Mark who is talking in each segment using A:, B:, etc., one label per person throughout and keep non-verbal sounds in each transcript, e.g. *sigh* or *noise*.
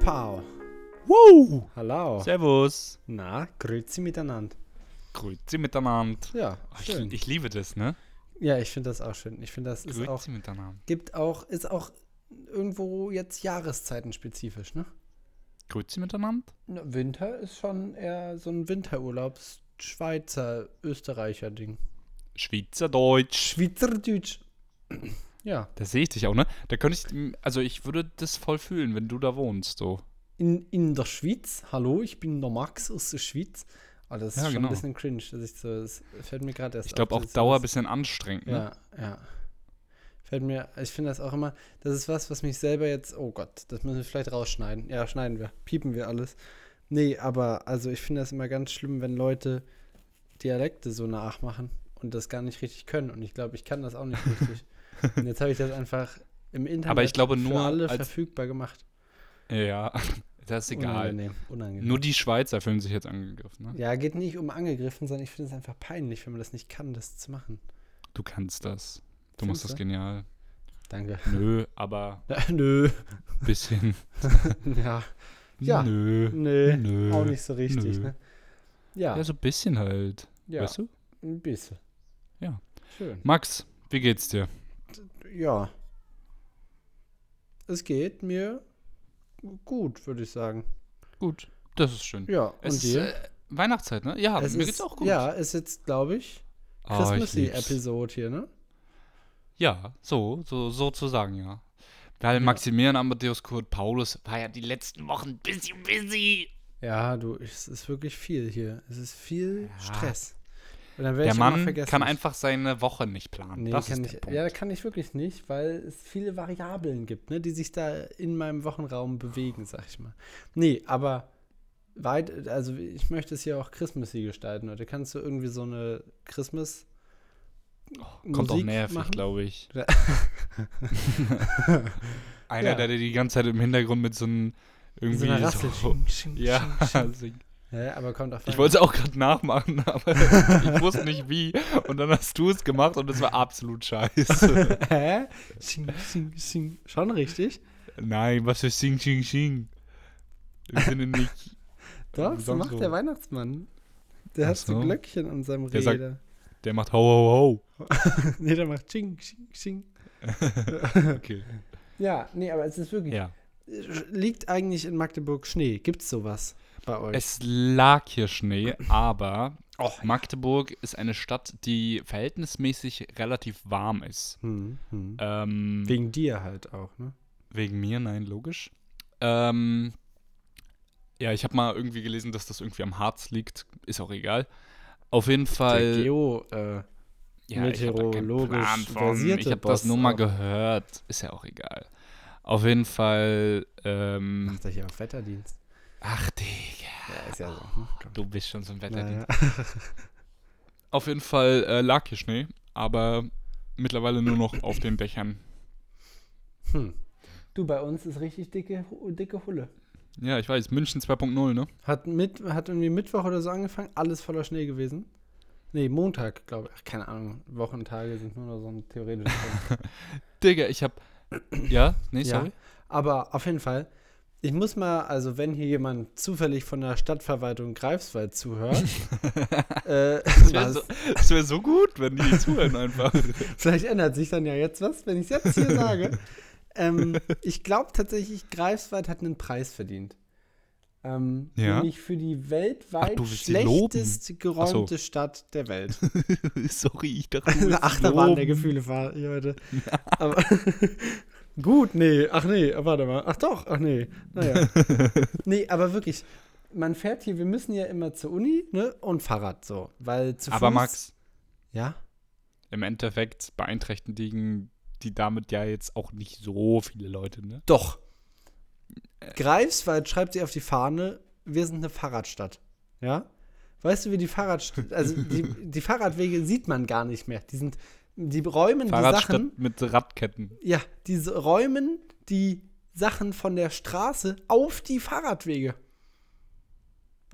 A: Pau.
B: Wow!
A: Hallo.
B: Servus!
A: Na, grüezi miteinander.
B: Grüezi miteinander.
A: Ja,
B: Oh, Ich,
A: schön.
B: ich liebe das, ne?
A: Ja, ich finde das auch schön. Ich finde, das ist auch,
B: Grüezi miteinander.
A: gibt auch, ist auch irgendwo jetzt jahreszeitenspezifisch, ne?
B: Grüezi miteinander?
A: Na, Winter ist schon eher so ein Winterurlaubs Schweizer, Österreicher Ding.
B: Schweizerdeutsch.
A: Schweizerdeutsch. Ja.
B: Da sehe ich dich auch, ne? Da könnte ich, also ich würde das voll fühlen, wenn du da wohnst, so.
A: In, in der Schweiz. Hallo, ich bin der Max aus der Schweiz. Aber das ist
B: Ja,
A: schon
B: genau.
A: ein bisschen cringe, dass ich so, das fällt mir gerade erst
B: Ich glaube
A: auf,
B: auch
A: dass ich
B: Dauer ein
A: sowas-
B: bisschen anstrengend, ne?
A: Ja, ja. Fällt mir, ich finde das auch immer, das ist was, was mich selber jetzt, oh Gott, das müssen wir vielleicht rausschneiden. Ja, schneiden wir, piepen wir alles. Nee, aber also ich finde das immer ganz schlimm, wenn Leute Dialekte so nachmachen und das gar nicht richtig können. Und ich glaube, ich kann das auch
B: *laughs*
A: nicht richtig. und jetzt habe ich das einfach im Internet
B: ich glaube
A: für
B: nur
A: alle
B: als-
A: verfügbar gemacht.
B: Ja. *laughs* Das ist egal.
A: Unangenehm, unangenehm.
B: Nur die Schweizer fühlen sich jetzt angegriffen, ne?
A: ja, geht nicht um angegriffen, sondern ich finde es einfach peinlich, wenn man das nicht kann, das zu machen.
B: Du kannst das. Du
A: Findest
B: machst das
A: du?
B: genial.
A: Danke.
B: Nö, aber
A: *laughs*
B: *laughs*
A: Nö.
B: ein bisschen. *laughs*
A: ja. Ja.
B: Nö.
A: Nö,
B: Nö.
A: auch nicht so richtig,
B: Nö.
A: ne? Ja,
B: Ja, so ein bisschen halt.
A: ja,
B: Weißt du?
A: ein bisschen.
B: Ja.
A: Schön.
B: Max, wie geht's dir?
A: Ja. Es geht mir gut, würde ich sagen.
B: Gut. Das ist schön.
A: Ja,
B: Es
A: und
B: ist
A: dir?
B: äh, Weihnachtszeit, ne? Ja,
A: es
B: mir
A: ist,
B: geht's auch gut.
A: Ja, ist jetzt, glaube ich,
B: Ah, ich lieb's.
A: Christmassy-Episode hier, ne?
B: Ja, so, so, sozusagen, ja. Weil Maximilian Amadeus Kurt Paulus war ja die letzten Wochen ein bisschen busy.
A: Ja, du, es ist wirklich viel hier. Es ist viel
B: Ja.
A: Stress. Und dann werd
B: Der
A: ich immer
B: Mann
A: vergessen.
B: kann einfach seine Woche nicht planen.
A: Nee,
B: das
A: kann
B: ist der
A: ich,
B: Punkt.
A: ja, kann ich wirklich nicht, weil es viele Variablen gibt, ne, die sich da in meinem Wochenraum bewegen, sag ich mal. Nee, aber weit, also ich möchte es hier auch Christmassy gestalten, oder kannst du irgendwie so eine Christmas
B: Oh, Kommt auch
A: Musik
B: nervig,
A: machen?
B: glaube ich.
A: Ja.
B: *laughs* Einer,
A: Ja.
B: der dir die ganze Zeit im Hintergrund mit so einem
A: so
B: irgendwie
A: eine Rassel.
B: so,
A: Sching, sching,
B: *laughs* ja,
A: sching, sching.
B: singt.
A: ja, aber kommt auf
B: ich wollte es auch gerade nachmachen, *laughs* aber ich wusste nicht wie. Und dann hast du es gemacht und es war absolut scheiße.
A: Hä? Sching, sching, sching. Schon richtig?
B: Nein, was für Sing Sing Sing. Im Sinne nicht.
A: Doch,
B: Wie
A: so
B: sonst
A: macht
B: so.
A: der Weihnachtsmann. Der hat
B: Ach
A: so
B: so.
A: Glöckchen an seinem
B: Der sagt-
A: Räder.
B: Der macht ho ho
A: Nee, der macht sching, sching, sching.
B: ho. Okay.
A: Ja, nee, aber es ist wirklich
B: Ja.
A: Liegt eigentlich in Magdeburg Schnee? Gibt's sowas bei euch?
B: Es lag hier Schnee, aber Magdeburg ist eine Stadt, die verhältnismäßig relativ warm ist.
A: Hm, hm.
B: Ähm,
A: Wegen dir halt auch, ne?
B: wegen mir, nein, logisch. Ähm, ja, ich habe mal irgendwie gelesen, dass das irgendwie am Harz liegt. Ist auch egal. Auf jeden
A: Der
B: Fall.
A: Geo, äh,
B: Ja, ich hab da keinen
A: meteorologisch
B: Plan von. Ich
A: versierte
B: habe das
A: Boss
B: nur mal
A: auch.
B: gehört. Ist ja auch egal. Auf jeden Fall. Ähm,
A: macht er hier auf Wetterdienst.
B: ach, Digga.
A: Ja, ist ja so. ne? Komm.
B: Du bist schon so ein Wetterdienst.
A: Naja.
B: *laughs* Auf jeden Fall äh, lag hier Schnee, aber mittlerweile nur noch auf den Dächern.
A: Hm. Du, bei uns ist richtig dicke, dicke Hulle.
B: Ja, ich weiß, München 2.0, ne?
A: Hat, mit, hat irgendwie Mittwoch oder so angefangen, alles voller Schnee gewesen. Nee, Montag, glaube ich. Ach, keine Ahnung, Wochentage sind nur noch so ein theoretisches Ding.
B: *laughs* Digga, ich hab. Ja, nee,
A: Ja.
B: sorry.
A: Aber auf jeden Fall, ich muss mal, also wenn hier jemand zufällig von der Stadtverwaltung Greifswald
B: *laughs*
A: zuhört, äh,
B: Das wäre
A: was,
B: so, das wär so gut, wenn die zuhören einfach.
A: vielleicht ändert sich dann ja jetzt was, wenn ich es jetzt hier
B: *laughs*
A: sage. ähm, ich glaube tatsächlich, Greifswald hat einen Preis verdient. Ähm,
B: Ja?
A: Nämlich für die weltweit
B: Ach, du willst sie loben?
A: schlechtest geräumte Stadt der
B: *laughs*
A: Welt.
B: sorry, ich *laughs* dachte, du
A: Eine
B: willst
A: Achterbahn der
B: loben.
A: Gefühle war ich heute. Aber, *laughs* gut, nee, ach nee, warte mal. Ach doch, ach nee.
B: *laughs*
A: Naja. nee, aber wirklich, man fährt hier, wir müssen ja immer zur Uni, ne? Und Fahrrad so. Weil zu
B: Aber
A: Fuß,
B: Max,
A: Ja?
B: im Endeffekt beeinträchtigen die damit ja jetzt auch nicht so viele Leute, ne?
A: Doch. Greifswald schreibt sich auf die Fahne, wir sind eine Fahrradstadt. Ja? Weißt du, wie die Fahrradstadt, also die, die Fahrradwege sieht man gar nicht mehr. Die sind, die räumen die Sachen.
B: Fahrradstadt mit Radketten.
A: Ja, diese räumen die Sachen von der Straße auf die Fahrradwege.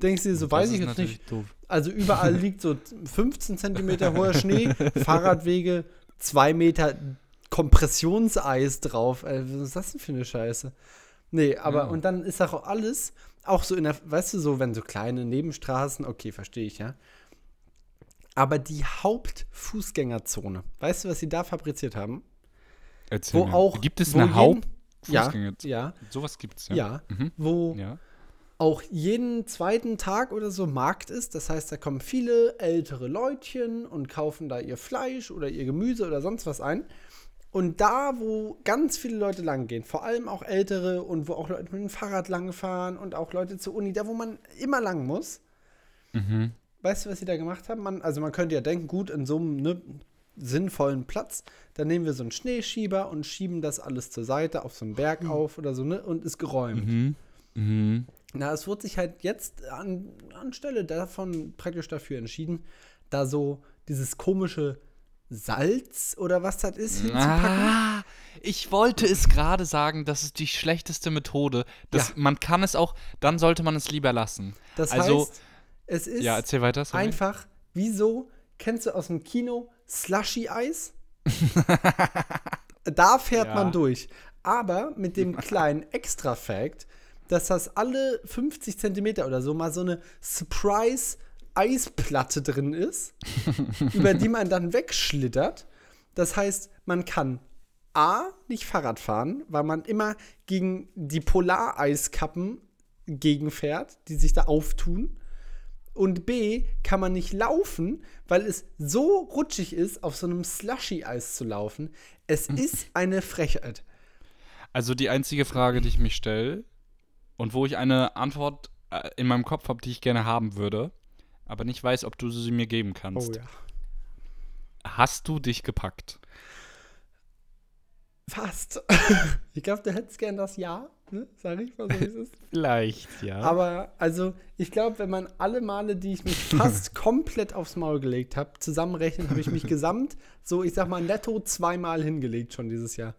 A: Denkst du dir, so weiß
B: Das
A: ich
B: ist
A: jetzt nicht.
B: natürlich Doof.
A: Also
B: *laughs*
A: überall liegt so 15 Zentimeter hoher Schnee, Fahrradwege, Äh, zwei Meter Kompressionseis drauf. Ey, was ist das denn für eine Scheiße? Nee, aber
B: Ja.
A: und dann ist auch alles, auch so in der, weißt du, so, wenn so kleine Nebenstraßen, okay, verstehe ich, ja. Aber die Hauptfußgängerzone, weißt du, was sie da fabriziert haben?
B: Erzähl
A: Wo
B: mir.
A: auch-
B: Gibt es
A: wo
B: eine
A: jeden-
B: Hauptfußgängerzone?
A: Ja,
B: Sowas gibt es,
A: ja.
B: ja. Mhm.
A: Wo
B: Ja.
A: auch jeden zweiten Tag oder so Markt ist. Das heißt, da kommen viele ältere Leutchen und kaufen da ihr Fleisch oder ihr Gemüse oder sonst was ein. Und da, wo ganz viele Leute lang gehen, vor allem auch ältere und wo auch Leute mit dem Fahrrad lang fahren und auch Leute zur Uni, da wo man immer lang muss,
B: Mhm.
A: weißt du, was sie da gemacht haben? Man, also man könnte ja denken, gut, in so einem ne, sinnvollen Platz, dann nehmen wir so einen Schneeschieber und schieben das alles zur Seite auf so einen Berg auf oder so, ne? Und ist geräumt.
B: Mhm. Mhm.
A: Na, es wurde sich halt jetzt an, anstelle davon praktisch dafür entschieden, da so dieses komische Salz oder was das ist, hinzupacken.
B: Ah, ich wollte es gerade sagen, das ist die schlechteste Methode. Das,
A: Ja.
B: Man kann es auch, dann sollte man es lieber lassen.
A: Das
B: also,
A: heißt, es ist
B: ja, erzähl weiter. sorry.
A: einfach, wieso, kennst du aus dem Kino Slushy-Eis? da fährt
B: Ja.
A: man durch. Aber mit dem kleinen Extra-Fact, dass das alle 50 Zentimeter oder so mal so eine Surprise-Eisplatte drin ist, über die man dann wegschlittert. Das heißt, man kann A, nicht Fahrrad fahren, weil man immer gegen die Polareiskappen gegenfährt, die sich da auftun. Und B, kann man nicht laufen, weil es so rutschig ist, auf so einem Slushy-Eis zu laufen. Es
B: Mhm.
A: ist eine Frechheit.
B: Also die einzige Frage, die ich mich stelle und wo ich eine Antwort äh, in meinem Kopf habe, die ich gerne haben würde, aber nicht weiß, ob du sie mir geben kannst.
A: Oh
B: Hast du dich gepackt?
A: Fast. *laughs* ich glaube, du hättest gern das Ja, ne? sag ich mal so, wie es ist.
B: Vielleicht, ja.
A: Aber also, ich glaube, wenn man alle Male, die
B: *laughs*
A: ich mich fast komplett aufs Maul gelegt habe, zusammenrechnet, habe ich mich gesamt so, ich sag mal, netto zweimal hingelegt schon dieses Jahr.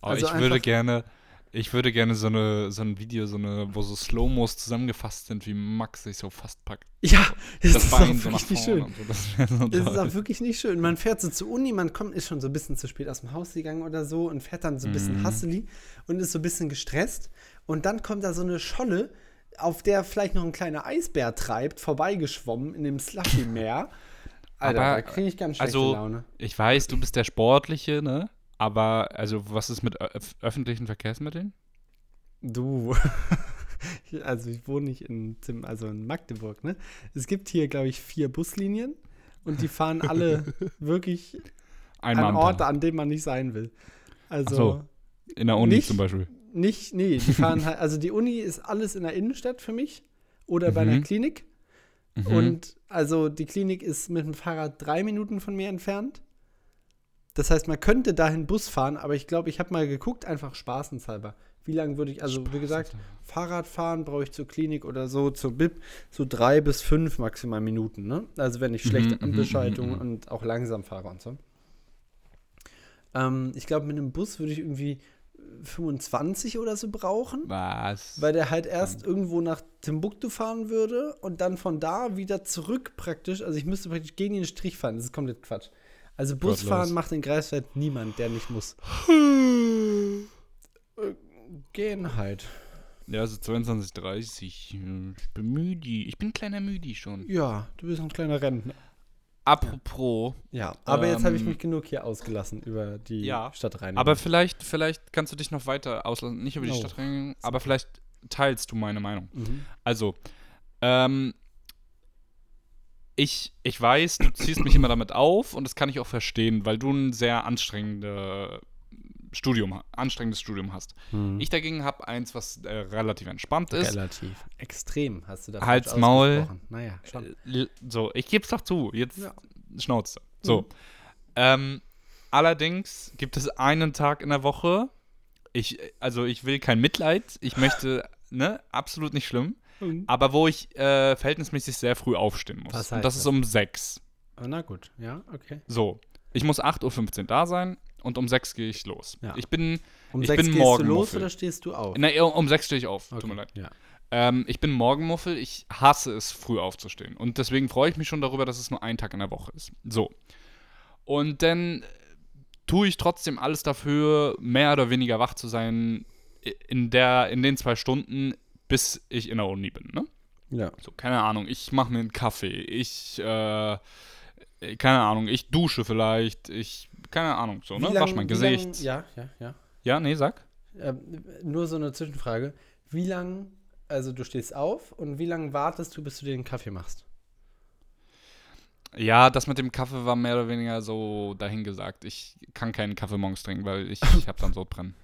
B: Aber
A: also
B: Oh, ich würde
A: einfach-
B: gerne, ich würde gerne so, eine, so ein Video, so eine, wo so Slow-Mos zusammengefasst sind, wie Max sich so fast packt.
A: Ja, es
B: Das
A: ist auch
B: Bein so nach
A: wirklich nicht
B: vorne
A: schön.
B: und so. Das wäre so
A: Es ist
B: toll.
A: auch wirklich nicht schön. Man fährt so zur Uni, man kommt, ist schon so ein bisschen zu spät aus dem Haus gegangen oder so und fährt dann so ein
B: Mhm.
A: bisschen hasseli und ist so ein bisschen gestresst. Und dann kommt da so eine Scholle, auf der vielleicht noch ein kleiner Eisbär treibt, vorbeigeschwommen in dem Slushy-Meer. Alter,
B: Aber,
A: da kriege ich ganz schlechte
B: Also,
A: Laune.
B: ich weiß, du bist der Sportliche, ne? Aber, also, was ist mit öf öffentlichen Verkehrsmitteln?
A: Du. *laughs* Ich- Also ich wohne nicht in Zim, also in Magdeburg, ne? Es gibt hier, glaube ich, vier Buslinien und die fahren
B: *laughs*
A: alle wirklich
B: Einmal
A: an
B: am
A: Orte,
B: Tag.
A: an denen man nicht sein will. Also
B: so. In der Uni
A: nicht-
B: zum Beispiel.
A: nicht, nee,
B: *laughs*
A: die fahren halt, also die Uni ist alles in der Innenstadt für mich oder bei einer
B: Mhm.
A: Klinik. Und also die Klinik ist mit dem Fahrrad drei Minuten von mir entfernt. Das heißt, man könnte dahin Bus fahren, aber ich glaube, ich habe mal geguckt, einfach spaßenshalber. Wie lange würde ich, also wie gesagt, Fahrrad fahren brauche ich zur Klinik oder so, zur Bib, so drei bis fünf maximal Minuten, ne? Also wenn ich schlechte
B: mhm,
A: Ampelschaltung
B: mhm, mhm.
A: und auch langsam fahre und so. Ähm, ich glaube, mit einem Bus würde ich irgendwie 25 oder so brauchen.
B: Was?
A: Weil der halt erst irgendwo nach Timbuktu fahren würde und dann von da wieder zurück praktisch. Also ich müsste praktisch gegen den Strich fahren. Das ist komplett Quatsch. Also
B: Gottlos.
A: Busfahren macht in Greifswald niemand, der nicht muss. Äh, Gehen halt.
B: Ja, also 22, 30. äh, Ich bin müde. Ich bin ein kleiner Müdi schon.
A: Ja, du bist ein kleiner Rentner.
B: Apropos.
A: Ja, aber jetzt habe ich
B: Ähm,
A: mich genug hier ausgelassen über die
B: ja,
A: Stadt Rhein.
B: Aber vielleicht, vielleicht kannst du dich noch weiter auslassen. Nicht über die
A: Oh.
B: Stadt rein, aber vielleicht teilst du meine Meinung.
A: mhm.
B: Also, ähm, ich, ich weiß, du ziehst mich immer damit auf und das kann ich auch verstehen, weil du ein sehr anstrengende Studium, anstrengendes Studium hast. Ich dagegen habe eins, was äh, relativ entspannt ist.
A: relativ extrem hast du da
B: Halt's
A: falsch
B: Maul.
A: ausgesprochen. Naja, schon.
B: L- Äh, So, ich geb's doch zu. Jetzt
A: Ja. Mhm.
B: Schnauze. So. Ähm, allerdings gibt es einen Tag in der Woche. Ich, also ich will kein Mitleid.
A: *laughs*
B: Ich möchte, ne, absolut nicht schlimm.
A: Mhm.
B: Aber wo ich äh, verhältnismäßig sehr früh aufstehen muss.
A: Was
B: Und
A: heißt
B: das
A: das?
B: ist um sechs.
A: Na gut, ja, okay.
B: So. Ich muss 8.15 Uhr da sein und um sechs gehe ich los.
A: Ja.
B: Ich bin,
A: Um
B: ich
A: sechs
B: bin
A: gehst
B: morgen
A: du los
B: Muffel.
A: oder stehst du auf?
B: na, um sechs stehe ich auf. Tut mir leid.
A: Ja.
B: Ähm, ich bin Morgenmuffel, ich hasse es, früh aufzustehen. Und deswegen freue ich mich schon darüber, dass es nur ein Tag in der Woche ist. So. Und dann äh, tue ich trotzdem alles dafür, mehr oder weniger wach zu sein, in, der, in den zwei Stunden, bis ich in der Uni bin, ne?
A: Ja.
B: So, keine Ahnung, ich mache mir einen Kaffee, ich, äh, keine Ahnung, ich dusche vielleicht, ich, keine Ahnung, so, ne?
A: Wie lang-
B: Wasch mein
A: wie lang-
B: Gesicht. ja.
A: ja, ja, ja.
B: nee, sag.
A: Ähm, nur so eine Zwischenfrage. Wie lange, also du stehst auf und wie lange wartest du, bis du dir den Kaffee machst?
B: Ja, das mit dem Kaffee war mehr oder weniger so dahingesagt. Ich kann keinen Kaffee morgens trinken, weil ich, ich habe dann Sodbrennen.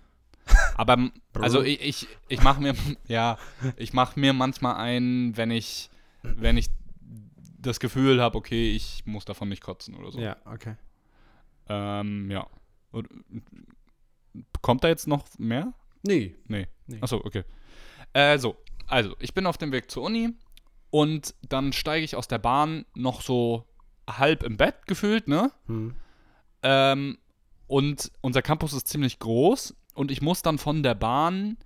B: Aber m- also ich, ich, ich mache mir ja, ich mache mir manchmal einen, wenn ich wenn ich das Gefühl habe, okay, ich muss davon nicht kotzen oder so.
A: Ja, okay.
B: Ähm, ja. Und, kommt da jetzt noch mehr?
A: Nee.
B: Nee.
A: Nee.
B: Achso, okay. Äh, so, also, ich bin auf dem Weg zur Uni und dann steige ich aus der Bahn noch so halb im Bett gefühlt, ne?
A: Hm.
B: Ähm, und unser Campus ist ziemlich groß und ich muss dann von der Bahn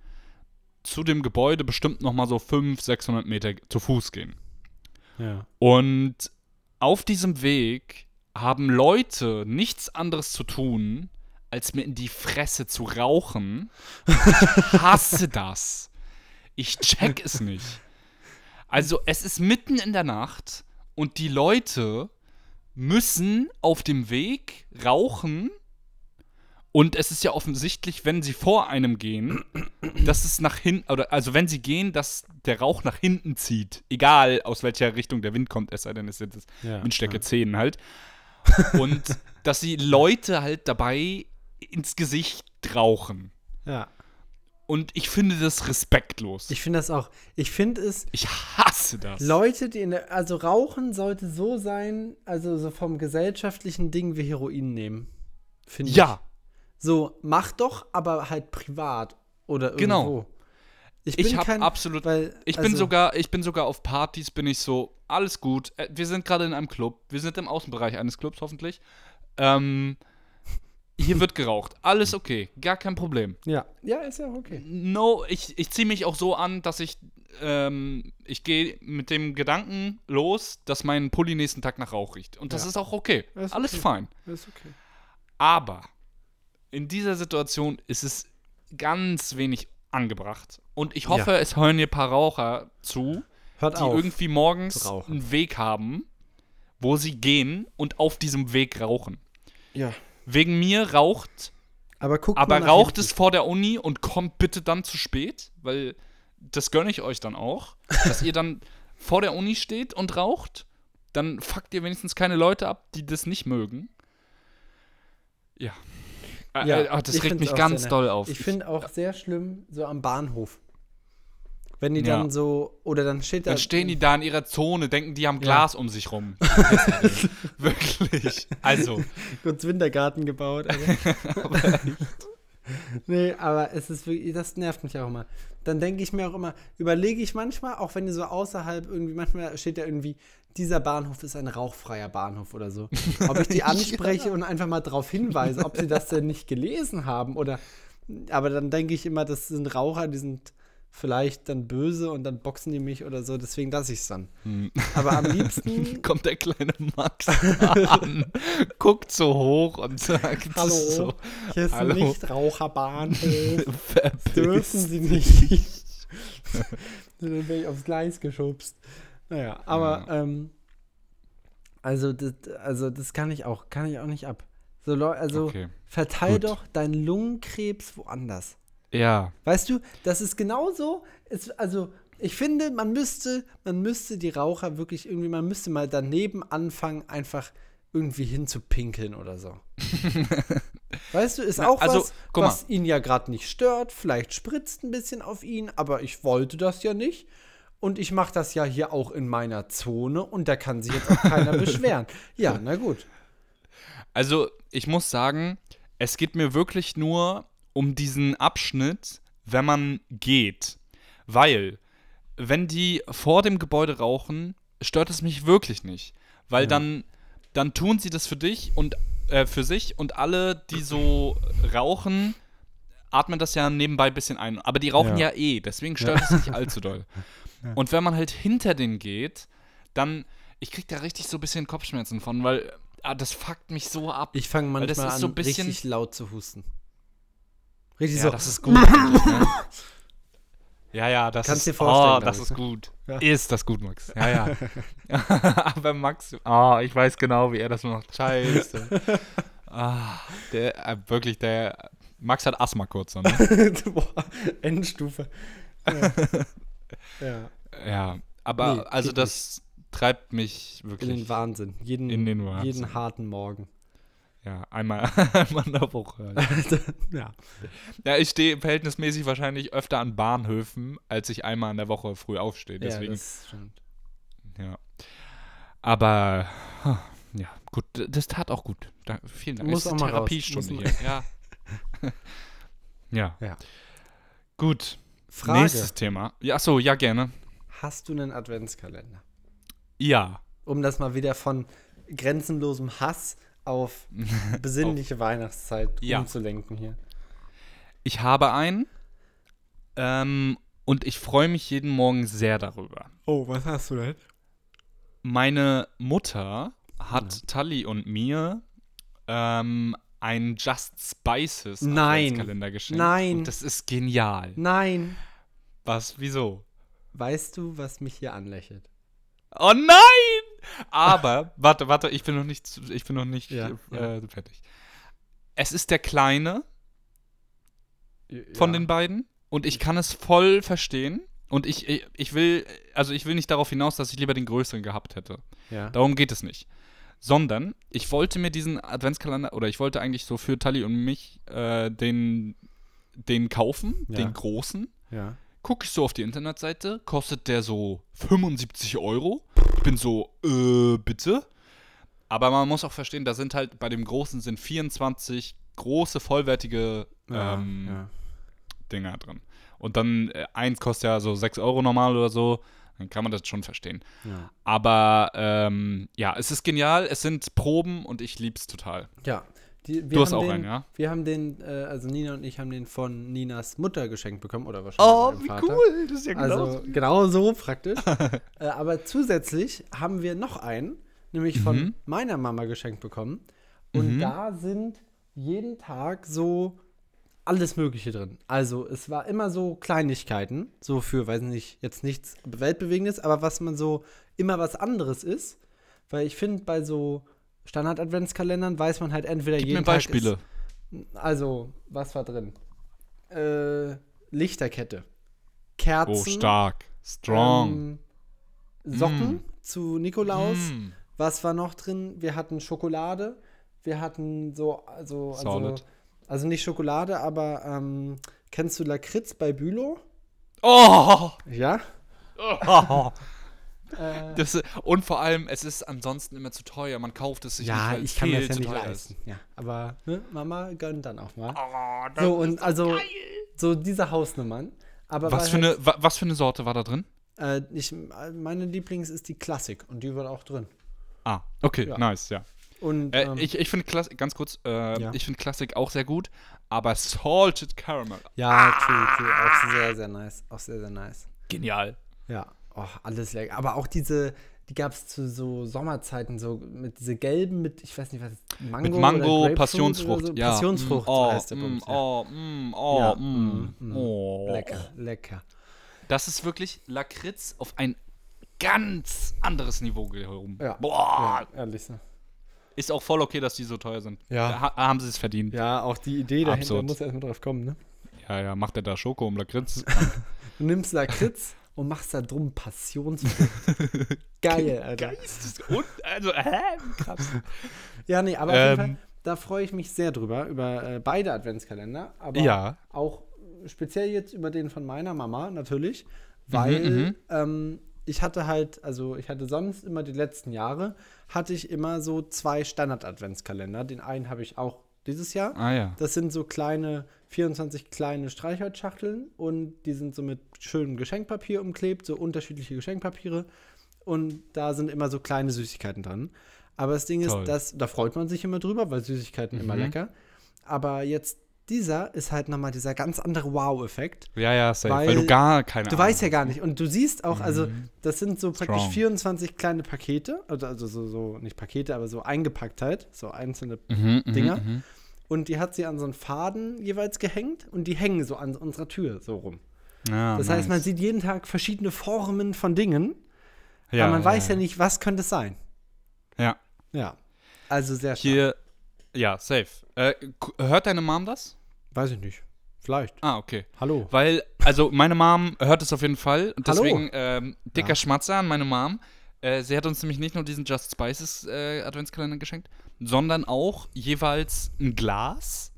B: zu dem Gebäude bestimmt noch mal so 500, 600 Meter zu Fuß gehen.
A: Ja.
B: Und auf diesem Weg haben Leute nichts anderes zu tun, als mir in die Fresse zu rauchen. Ich hasse das. Ich check es nicht. Also es ist mitten in der Nacht und die Leute müssen auf dem Weg rauchen. Und es ist ja offensichtlich, wenn sie vor einem gehen, dass es nach hinten, oder also wenn sie gehen, dass der Rauch nach hinten zieht. Egal aus welcher Richtung der Wind kommt, es sei denn, es ist jetzt
A: Ja,
B: Windstärke
A: *laughs*
B: 10 halt. Und dass sie Leute halt dabei ins Gesicht rauchen.
A: Ja.
B: Und ich finde das respektlos. Ich,
A: Ich finde das auch. Ich finde es,
B: hasse das.
A: Leute, die in der, also Rauchen sollte so sein, also so vom gesellschaftlichen Ding wie Heroin nehmen. Finde ich.
B: ja,
A: So, mach doch, aber halt privat oder irgendwo.
B: Genau.
A: Ich,
B: ich
A: bin
B: habe
A: kein-
B: absolut.
A: Weil,
B: ich
A: also,
B: bin sogar, ich bin sogar auf Partys, bin ich so, alles gut. äh, Wir sind gerade in einem Club, wir sind im Außenbereich eines Clubs hoffentlich. Ähm, hier wird geraucht, alles okay, gar kein Problem.
A: Ja. Ja, ist ja auch okay.
B: No, ich, ich ziehe mich auch so an, dass ich, ähm, ich gehe mit dem Gedanken los, dass mein Pulli nächsten Tag nach Rauch riecht. Und das
A: Ja.
B: ist auch okay.
A: Das ist
B: Alles
A: okay.
B: fein.
A: Ist okay.
B: Aber in dieser Situation ist es ganz wenig angebracht. Und ich hoffe, es hören hier ein paar Raucher zu,
A: Hört
B: die
A: auf.
B: irgendwie morgens
A: zu rauchen.
B: einen Weg haben, wo sie gehen und auf diesem Weg rauchen.
A: ja.
B: Wegen mir raucht
A: Aber guckt
B: aber
A: mal nach
B: raucht
A: hinten.
B: es vor der Uni und kommt bitte dann zu spät, weil das gönne ich euch dann auch, dass ihr dann vor der Uni steht und raucht, dann fuckt ihr wenigstens keine Leute ab, die das nicht mögen. Ja. Äh,
A: Ja,
B: äh, ah, das
A: ich
B: regt
A: find's
B: mich
A: auch
B: ganz
A: sehr
B: doll
A: nervig.
B: auf.
A: Ich finde auch sehr schlimm, so am Bahnhof. Wenn die
B: Ja.
A: dann so, oder dann steht da.
B: dann stehen die da in ihrer Zone, denken, die haben Glas um
A: *laughs*
B: sich rum. *laughs* Wirklich. Also,
A: kurz Wintergarten gebaut. Alter. nee, aber es ist wirklich, das nervt mich auch immer. Dann denke ich mir auch immer, überlege ich manchmal, auch wenn ihr so außerhalb irgendwie, manchmal steht da irgendwie, dieser Bahnhof ist ein rauchfreier Bahnhof oder so. Ob ich die anspreche und einfach mal darauf hinweise, ob sie das denn nicht gelesen haben oder. Aber dann denke ich immer, das sind Raucher, die sind vielleicht dann böse und dann boxen die mich oder so, deswegen lasse ich es dann. Aber am liebsten.
B: kommt der kleine Max an, guckt so hoch und sagt
A: Hallo,
B: so, *laughs*
A: hier ist ein
B: hallo. *laughs*
A: Nichtraucherbahnhof. dürfen
B: verpiss
A: sie nicht. *laughs* dann bin ich aufs Gleis geschubst. Naja, aber ähm, also, das, also das kann ich auch, kann ich auch nicht ab. So, Leu- also
B: Okay.
A: verteil
B: Gut.
A: doch deinen Lungenkrebs woanders.
B: Ja.
A: Weißt du, das ist genauso. Es, also, ich finde, man müsste, man müsste die Raucher wirklich irgendwie, man müsste mal daneben anfangen, einfach irgendwie hinzupinkeln oder
B: *laughs*
A: so. weißt du, ist auch
B: also,
A: was,
B: guck mal.
A: was ihn ja gerade nicht stört. Vielleicht spritzt ein bisschen auf ihn, aber ich wollte das ja nicht. Und ich mache das ja hier auch in meiner Zone und da kann sich jetzt auch keiner
B: *laughs*
A: beschweren. Ja, na gut.
B: Also, ich muss sagen, es geht mir wirklich nur um diesen Abschnitt, wenn man geht. Weil, wenn die vor dem Gebäude rauchen, stört es mich wirklich nicht. Weil dann, dann tun sie das für dich und äh, für sich und alle, die so rauchen, atmen das ja nebenbei ein bisschen ein. Aber die rauchen ja,
A: Ja.
B: eh, deswegen stört es nicht allzu doll. Und wenn man halt hinter denen geht, dann, ich krieg da richtig so ein bisschen Kopfschmerzen von, weil ah, das fuckt mich so ab.
A: Ich fange
B: Weil das
A: manchmal
B: ist
A: an,
B: so ein bisschen-
A: richtig laut zu husten. Richtig
B: Ja,
A: so.
B: das ist gut. eigentlich, ne? Ja, ja, das
A: Kannst dir
B: ist
A: vorstellen,
B: Oh, das
A: glaub ich,
B: ist gut.
A: Ja.
B: Ist das gut, Max. Ja, ja. *laughs* Aber Max, ah, ich weiß genau, wie er das macht. Scheiße. *laughs* ah, der, äh, wirklich, der. Max hat Asthma kurz, so, *laughs* ne?
A: *laughs* Boah, Endstufe. Ja. ja.
B: Ja. Aber
A: Nee,
B: also
A: geht
B: das treibt mich
A: In den
B: wirklich.
A: Wahnsinn. Jeden,
B: In den Wahnsinn.
A: jeden harten Morgen. *laughs*
B: Ja, einmal, *laughs* einmal in der Woche. halt.
A: ja.
B: Ja, ich stehe verhältnismäßig wahrscheinlich öfter an Bahnhöfen, als ich einmal in der Woche früh aufstehe.
A: ja,
B: Deswegen
A: das stimmt.
B: Ja. Aber huh, ja, gut, d- das tat auch gut. Da, vielen Dank.
A: Muss
B: Es ist
A: auch mal raus.
B: Therapiestunde
A: Muss
B: hier. Ja.
A: *laughs*
B: ja.
A: Ja.
B: Gut.
A: Frage:
B: Nächstes Thema. Ja, ach so, ja gerne.
A: Hast du einen Adventskalender?
B: Ja.
A: Um das mal wieder von grenzenlosem Hass
B: *laughs*
A: auf besinnliche Weihnachtszeit
B: Ja.
A: umzulenken hier.
B: Ich habe einen. Ähm, und ich freue mich jeden Morgen sehr darüber.
A: Oh, was hast du denn?
B: Meine Mutter hat Tali und mir ähm, einen Just Spices
A: Nein.
B: Adventskalender geschenkt.
A: Nein.
B: Und das ist genial.
A: Nein.
B: Was? Wieso?
A: Weißt du, was mich hier anlächelt?
B: Oh nein! Aber, warte, warte, ich bin noch nicht, zu- ich bin noch nicht
A: Ja,
B: äh, fertig. Es ist der Kleine von den beiden und
A: Mhm.
B: ich kann es voll verstehen. Und ich, ich- ich will, also ich will nicht darauf hinaus, dass ich lieber den größeren gehabt hätte.
A: Ja.
B: Darum geht es nicht. Sondern ich wollte mir diesen Adventskalender, oder ich wollte eigentlich so für Tali und mich äh, den, den kaufen,
A: Ja.
B: den großen.
A: ja.
B: Guck ich so auf die Internetseite, kostet der so 75 Euro. Ich bin so, äh, bitte? Aber man muss auch verstehen, da sind halt, bei dem Großen sind 24 große, vollwertige
A: Ja,
B: ähm,
A: ja.
B: Dinger drin. Und dann äh, eins kostet ja so 6 Euro normal oder so. Dann kann man das schon verstehen.
A: Ja.
B: Aber ähm, ja, es ist genial, es sind Proben und ich lieb's total.
A: Ja. Die, wir
B: Du hast
A: haben
B: auch
A: den,
B: einen, ja?
A: Wir haben den, äh, also Nina und ich haben den von Ninas Mutter geschenkt bekommen oder wahrscheinlich.
B: Oh,
A: meinem Vater.
B: Das ist ja
A: Also genau so
B: *laughs*
A: praktisch. äh, aber zusätzlich haben wir noch einen, nämlich von
B: Mhm.
A: meiner Mama geschenkt bekommen. Und da sind jeden Tag so alles Mögliche drin. Also es war immer so Kleinigkeiten, so für, weiß nicht, jetzt nichts Weltbewegendes, aber was man so immer was anderes ist. Weil ich finde, bei so Standard-Adventskalendern weiß man halt entweder
B: Gib
A: jeden
B: mir
A: Tag
B: Beispiele.
A: Ist, also, was war drin? Äh, Lichterkette. Kerzen.
B: oh, stark. Strong.
A: Ähm, Socken zu Nikolaus.
B: Mm.
A: Was war noch drin? Wir hatten Schokolade. Wir hatten so, also, also,
B: Solid.
A: also nicht Schokolade, aber ähm, kennst du Lakritz bei Bülow?
B: Oh!
A: Ja.
B: Oh. Das, ist- und vor allem, es ist ansonsten immer zu teuer. Man kauft es sich nicht, weil es viel zu teuer ist.
A: Ja, aber ne, Mama gönnt dann auch mal.
B: Oh, das-
A: so und also so diese Hausnummern. Aber
B: was,
A: weil
B: für eine, wa- was für eine Sorte war da drin?
A: halt, äh, ich, meine Lieblings ist die Klassik und die war auch drin.
B: Ah, okay,
A: Ja.
B: nice, ja.
A: Und
B: Äh,
A: ähm,
B: ich ich finde Klassik, ganz kurz, äh,
A: Ja.
B: ich finde Klassik auch sehr gut, aber Salted Caramel,
A: ja, true, true, auch sehr, sehr nice, auch sehr, sehr nice.
B: genial.
A: Ja, oh, alles lecker. Aber auch diese, die gab es zu so Sommerzeiten, so mit diese gelben, mit, ich weiß nicht, was Mango.
B: Mit
A: oder
B: Mango,
A: Grapefruit
B: Passionsfrucht,
A: Oder so.
B: ja.
A: Passionsfrucht
B: mm, oh,
A: heißt der
B: mm,
A: Bums, ja.
B: oh, mm, oh,
A: Ja,
B: mm,
A: mm, mm.
B: oh.
A: Lecker, lecker.
B: Das ist wirklich Lakritz auf ein ganz anderes Niveau gehoben.
A: Ja.
B: Boah,
A: Ja, ehrlich so.
B: Ist auch voll okay, dass die so teuer sind.
A: Ja.
B: Da ha haben sie es verdient. Ja.
A: Ja, auch die Idee dahinter
B: Absurd.
A: muss erstmal drauf kommen, ne?
B: ja, macht er da Schoko
A: *laughs*
B: um Lakritz?
A: Du nimmst Lakritz und machst da drum Passionsfrucht.
B: *laughs*
A: Geil, Alter.
B: Geist. Und, also, hä? Krass.
A: Ja, nee, aber auf jeden
B: Ähm.
A: Fall, da freue ich mich sehr drüber, über äh, beide Adventskalender, aber
B: Ja.
A: auch äh, speziell jetzt über den von meiner Mama natürlich,
B: Mhm,
A: weil ähm, ich hatte halt, also ich hatte sonst immer die letzten Jahre, hatte ich immer so zwei Standard-Adventskalender. Den einen habe ich auch dieses Jahr.
B: Ah ja.
A: Das sind so kleine, 24 kleine Streichholzschachteln und die sind so mit schönem Geschenkpapier umklebt, so unterschiedliche Geschenkpapiere. Und da sind immer so kleine Süßigkeiten drin. Aber das Ding
B: Toll. Mhm.
A: ist, dass, da freut man sich immer drüber, weil Süßigkeiten immer lecker. Aber jetzt dieser ist halt nochmal dieser ganz andere Wow-Effekt.
B: Ja, ja, safe. Weil,
A: Weil
B: du gar keine
A: Du weißt ja gar nicht. Und du siehst auch, also das sind so praktisch
B: Mhm. Strong.
A: 24 kleine
B: Mhm,
A: Pakete, also, also so, so, nicht Pakete, aber so eingepackt halt, so einzelne Dinger. und die hat sie an so einen Faden jeweils gehängt und die hängen so an unserer Tür so rum.
B: Ja,
A: Das heißt, man sieht jeden Tag verschiedene Formen von Dingen,
B: ja,
A: aber man weiß ja
B: ja.
A: nicht, was könnte es sein.
B: Ja,
A: Ja. Also sehr stark.
B: hier, ja, safe. Äh, k- hört deine Mom das?
A: Weiß ich nicht. Vielleicht.
B: Ah, okay.
A: Hallo.
B: Weil, also meine Mom hört es auf jeden Fall. Und
A: Hallo.
B: deswegen, ähm, dicker
A: Ja.
B: Schmatzer an meine Mom. Äh, sie hat uns nämlich nicht nur diesen Just Spices äh, Adventskalender geschenkt, sondern auch jeweils ein Glas.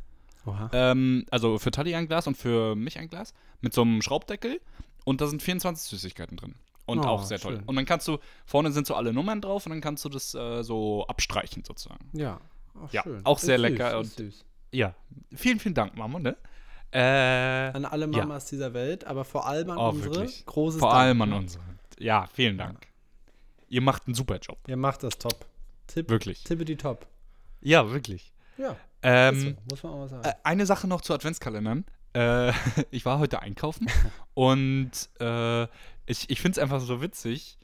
A: Oha.
B: Ähm, also für Tali ein Glas und für mich ein Glas. Mit so einem Schraubdeckel. Und da sind 24 Süßigkeiten drin. Und
A: Oh,
B: auch sehr toll.
A: schön.
B: Und dann kannst du, vorne sind so alle Nummern drauf und dann kannst du das äh, so abstreichen sozusagen.
A: Ja. Ach,
B: ja, auch sehr
A: süß,
B: lecker
A: ist süß.
B: Ja. Vielen, vielen Dank, Mama, ne? Äh,
A: An alle
B: Ja.
A: Mamas dieser Welt, aber vor allem an
B: Oh,
A: unsere.
B: wirklich.
A: Großes
B: Vor
A: Dank. ne?
B: allem an unsere. Ja, vielen Dank. Ihr macht einen super Job.
A: Ihr macht das top. Tipp,
B: Wirklich.
A: Tippe die top.
B: Ja, wirklich.
A: Ja, ist
B: Ähm,
A: so, muss man auch mal sagen.
B: äh, eine Sache noch zu Adventskalendern. Äh, *laughs* ich war heute
A: *laughs*
B: einkaufen und äh, ich, ich finde es einfach so witzig.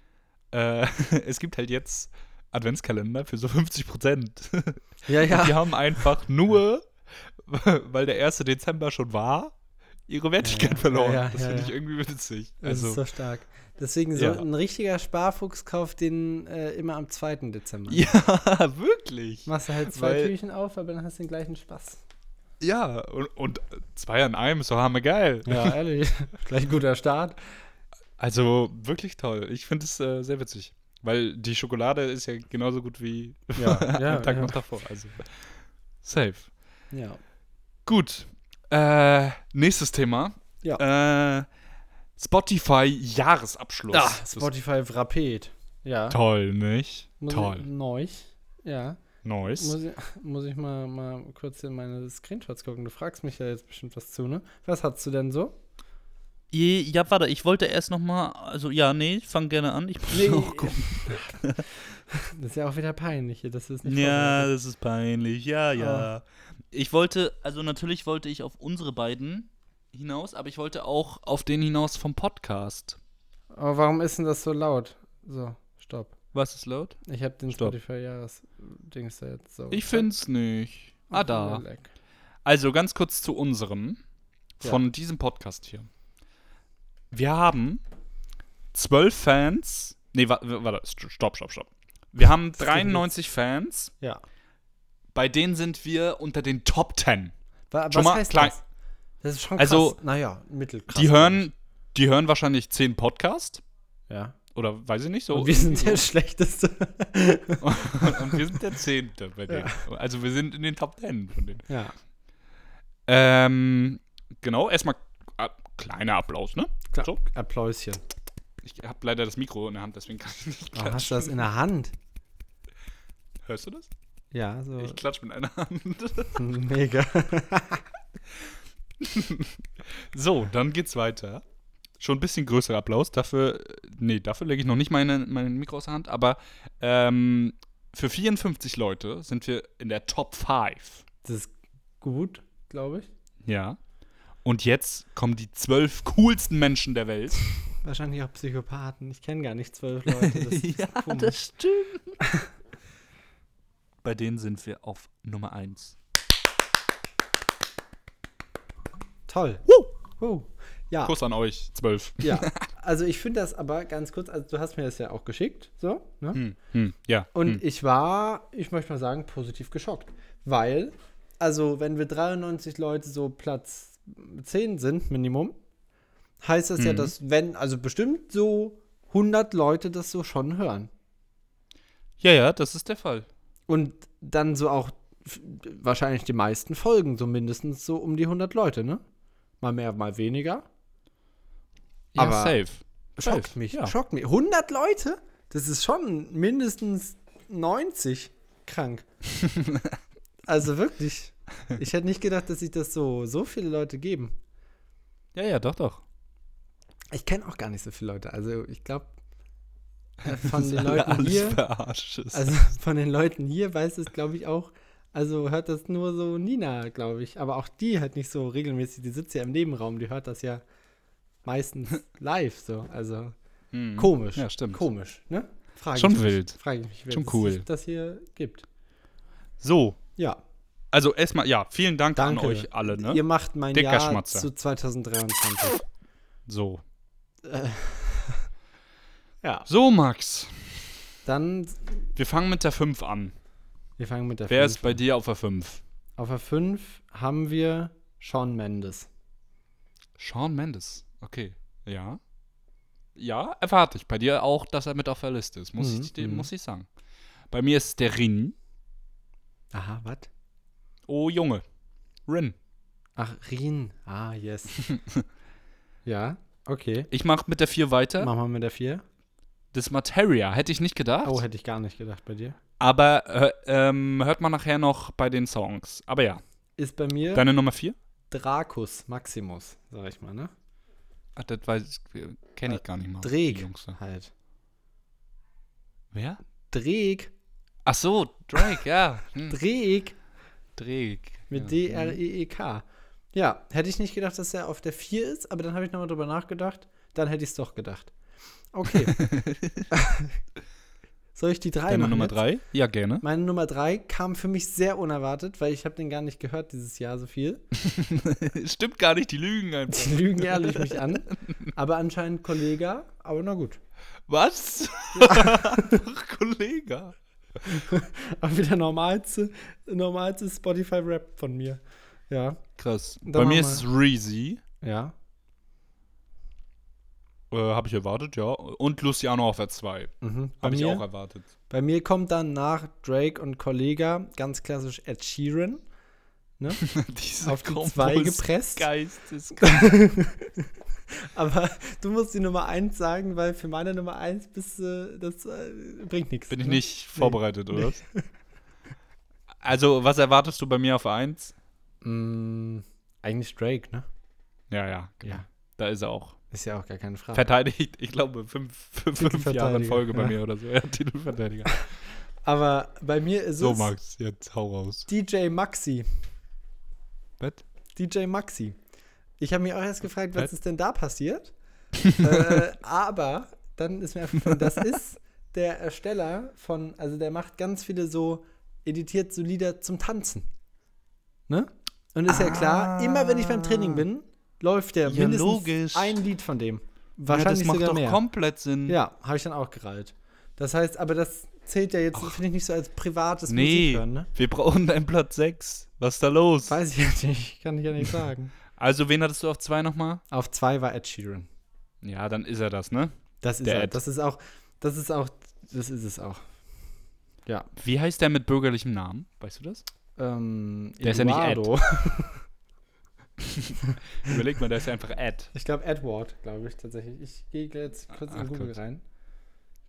B: Äh, *laughs* es gibt halt jetzt Adventskalender für so 50 Prozent. *laughs*
A: ja,
B: Die haben einfach nur, *laughs* weil der 1. Dezember schon war, ihre Wertigkeit
A: ja,
B: verloren.
A: ja,
B: das
A: ja,
B: finde ich
A: ja.
B: irgendwie witzig.
A: Das
B: Also,
A: ist so stark. Deswegen, so
B: Ja.
A: ein richtiger Sparfuchs kauft den äh, immer am 2. Dezember.
B: ja, *laughs* wirklich.
A: Machst du halt zwei
B: Weil-
A: Türchen auf, aber dann hast du den gleichen Spaß.
B: Ja, und, und zwei an einem ist so hammer geil.
A: Ja, *laughs* ehrlich. Gleich guter Start.
B: Also wirklich toll. Ich finde es äh, sehr witzig. Weil die Schokolade ist ja genauso gut wie *laughs*
A: Ja, ja,
B: am Tag
A: ja.
B: noch davor. Also safe.
A: Ja.
B: Gut. Äh, nächstes Thema. Äh, Spotify Jahresabschluss.
A: Ah,
B: Das ist
A: Spotify Rapid. Ja.
B: Toll, nicht?
A: Muss Ich,
B: toll.
A: neu. Ja.
B: Nice.
A: Muss ich, muss ich mal, mal kurz in meine Screenshots gucken. Du fragst mich ja jetzt bestimmt was zu, ne? Was hast du denn so?
C: Je, ja, warte, ich wollte erst noch mal, also ja, nee, fang gerne an. Ich muss *laughs*
A: Nee.
C: auch gucken.
A: Das ist ja auch wieder peinlich hier, dass du es nicht
C: Ja,
A: vorbereitet
C: das ist peinlich.
A: Ah.
C: Ja, ja. Ich wollte, also natürlich wollte ich auf unsere beiden hinaus, aber ich wollte auch
B: Auf den hinaus vom Podcast.
A: hast. Aber warum ist denn das so laut? So, stopp.
B: Was ist laut?
A: Ich habe den
B: Stopp.
A: Spotify-Jahres-Dings da jetzt so.
B: Ich find's nicht.
A: Ach,
B: Ah, da.
A: leck.
B: Also ganz kurz zu unserem,
A: Ja.
B: von diesem Podcast hier. Wir haben zwölf Fans. Nee, wa- wa- warte, st- stopp, stopp, stopp. Wir haben
A: geht los.
B: 93 Fans,
A: Ja.
B: bei denen sind wir unter den Top 10.
A: Wa
B: Schon
A: was
B: mal
A: heißt
B: klein-
A: das? Das ist schon krass.
B: Also,
A: naja, mittelkrass.
B: Die hören, die hören wahrscheinlich 10 Podcast
A: Ja.
B: oder weiß ich nicht so.
A: Und wir
B: *laughs*
A: sind der Schlechteste.
B: Und wir sind der Zehnte bei denen. Also wir sind in den Top 10 von denen.
A: ja.
B: Ähm, genau, erstmal äh, kleiner Applaus, ne?
A: Klar.
B: So.
A: Applauschen.
B: Ich habe leider das Mikro in der Hand, deswegen kann ich nicht
A: Oh, hast du
B: klatschen.
A: das in der Hand?
B: Hörst du das?
A: Ja, so. *laughs*
B: Ich klatsch mit einer Hand.
A: Mega.
B: *laughs* So, dann geht's weiter. Schon ein bisschen größerer Applaus. Dafür, äh, nee, dafür lege ich noch nicht meine, meinen Mikro aus der Hand, aber ähm, für 54 Leute sind wir in der Top 5.
A: Das ist gut, glaube ich.
B: Ja. Und jetzt kommen die zwölf coolsten Menschen der Welt.
A: Wahrscheinlich auch Psychopathen. Ich kenne gar nicht zwölf Leute.
B: *laughs*
A: Ah, Das ist
C: ja,
A: komisch.
C: das stimmt.
B: Bei denen sind wir auf Nummer 1.
A: Toll. Huh. Ja.
B: Kuss an euch, zwölf. *laughs*
A: Ja. Also ich finde das aber ganz kurz, also du hast mir das ja auch geschickt, so, ne?
B: Hm, hm, ja.
A: Und
B: hm.
A: ich war, ich möchte mal sagen, positiv geschockt. Weil, also, wenn wir 93 Leute so Platz 10 sind, Minimum, heißt das ja,
B: Mhm.
A: dass, wenn, also bestimmt so 100 Leute das so schon hören.
B: ja, ja, das ist der Fall.
A: Und dann so auch f- wahrscheinlich die meisten Folgen, so mindestens so um die 100 Leute, ne? Mal mehr, mal weniger.
B: Ja,
A: Aber-
B: safe.
A: Schockt
B: Safe,
A: mich,
B: ja.
A: schockt mich. 100 Leute? Das ist schon mindestens 90 krank.
B: *laughs*
A: also wirklich. Ich hätte nicht gedacht, dass sich das so, so viele Leute geben.
B: Ja, ja, doch, doch.
A: Ich kenne auch gar nicht so viele Leute. Also ich glaube, von den
B: Alle
A: Leuten
B: alles
A: hier,
B: verarscht ist.
A: also von den Leuten hier weiß es, glaube ich, auch, also hört das nur so Nina, glaube ich. Aber auch die halt nicht so regelmäßig, die sitzt ja im Nebenraum, die hört das ja
B: *laughs*
A: meistens live so. Also
B: Hm.
A: Komisch.
B: Ja, stimmt.
A: Komisch, ne? Frage
B: Schon
A: ich mich,
B: wild.
A: Frage ich mich, wer
B: Schon
A: das,
B: cool.
A: das hier gibt.
B: So,
A: Ja.
B: Also erstmal, ja, vielen Dank
A: Danke.
B: an euch alle, ne?
A: Ihr macht mein
B: Dicker
A: Jahr
B: Schmatzer.
A: zu 2023.
B: So.
A: Ja.
B: So, Max.
A: Dann,
B: Wir fangen mit der 5 an.
A: wir fangen mit der
B: Wer
A: fünf
B: ist bei
A: an.
B: dir auf der 5?
A: Auf der 5 haben wir Sean Mendes.
B: Sean Mendes. Okay. Ja. Ja, erwarte ich. Bei dir auch, dass er mit auf der Liste ist. Muss,
A: Mhm,
B: ich, dir-
A: mhm.
B: muss ich sagen. Bei mir ist der Rin.
A: Aha, was?
B: Oh, Junge. Rin.
A: Ach, Rien. Ah, yes.
B: *laughs*
A: ja, okay.
B: Ich mache mit der 4 weiter.
A: Machen wir mit der 4.
B: Das Materia. Hätte ich nicht gedacht.
A: Oh, hätte ich gar nicht gedacht bei dir.
B: aber äh, ähm, hört man nachher noch bei den Songs. Aber ja.
A: Ist bei mir
B: Deine Nummer 4?
A: Dracus Maximus, sag ich mal, ne?
B: Ah, das weiß ich,
A: Äh,
B: kenne ich gar nicht mal. die
A: Dreg.
B: Jungs da.
A: Halt.
B: Wer?
A: Dreg.
B: Ach so, Drake, ja. Hm.
A: Dreg.
B: Drake.
A: Mit
B: ja. Hm.
A: D-R-E-E-K. E Ja, hätte ich nicht gedacht, dass er auf der 4 ist, aber dann habe ich nochmal drüber nachgedacht. Dann hätte ich es doch gedacht.
B: *laughs*
A: Okay. Soll ich die 3
B: Deine
A: machen?
B: Nummer
A: jetzt?
B: 3? Ja, gerne.
A: Meine Nummer 3 kam für mich sehr unerwartet, weil ich habe den gar nicht gehört dieses Jahr so viel.
B: *laughs* Stimmt gar nicht, die lügen einfach.
A: *laughs* Die lügen ehrlich mich an. Aber anscheinend Kollega, aber na gut. *laughs*
B: Was? Ach, Kollege.
A: Aber wieder normalste, normalste Spotify-Rap von mir. Ja.
B: Krass.
A: Dann
B: Bei mir
A: mach
B: ist es Reezy.
A: Ja.
B: Äh, Habe ich erwartet, ja. Und Luciano auf der 2.
A: Mhm. Bei,
B: Habe ich auch
A: mir,
B: erwartet.
A: bei mir kommt dann nach Drake und Kollega ganz klassisch Ed
B: *laughs*
A: Sheeran
B: *laughs* Diese
A: auf die 2 gepresst.
B: Geisteskrank.
A: Aber du musst die Nummer 1 sagen, weil für meine Nummer 1 bist du, das äh, bringt nichts.
B: Bin ich
A: ne?
B: nicht vorbereitet, oder? was?
A: *laughs*
B: Also, was erwartest du bei mir auf 1?
A: Mm, eigentlich Drake, ne?
B: Ja, ja, genau.
A: Ja.
B: Da ist er auch.
A: Ist ja auch gar keine Frage.
B: verteidigt, ich glaube, fünf, fünf, fünf Jahre in
A: Titelverteidiger,
B: Folge bei
A: ja.
B: mir oder so. Ja, Titelverteidiger.
A: Aber bei mir ist
B: So,
A: es
B: Max, jetzt hau raus.
A: DJ Maxi.
B: Was?
A: DJ Maxi. Ich habe mich auch erst gefragt, was
B: Was?
A: ist denn da
C: *laughs*
A: passiert? äh, aber dann ist mir aufgefallen, das ist der Ersteller von, also der macht ganz viele so, editiert so Lieder zum Tanzen. Ne? Und ist ja klar, immer wenn ich beim Training bin, läuft der
C: Ah. Ja,
A: mindestens
C: logisch.
A: ein Lied von dem.
C: Ja, das
A: Wahrscheinlich
C: macht
A: sogar
C: doch
A: mehr.
C: komplett Sinn.
A: Ja, habe ich dann auch gerallt. Das heißt, aber das zählt ja jetzt, finde ich, nicht so als privates
B: Nee,
A: Musikhören, ne?
B: wir brauchen deinen Platz 6. Was ist da los?
A: Weiß ich ja nicht, kann ich ja nicht
C: *laughs*
A: sagen.
B: Also, wen hattest du auf 2 nochmal?
A: Auf zwei war Ed Sheeran.
B: Ja, dann ist er das, ne?
A: Das ist,
B: Der
A: er,
B: Ed.
A: das ist auch, das ist auch, das ist es auch. Ja.
B: Wie heißt der mit bürgerlichem Namen? Weißt du das?
A: Ähm,
B: Der ist ja nicht Ed.
A: Eduardo.
B: Überleg mal, der ist ja einfach Ed.
A: Ich glaube Edward, glaube ich tatsächlich. Ich gehe jetzt kurz
B: Ach
A: in Google
B: Gott.
A: rein.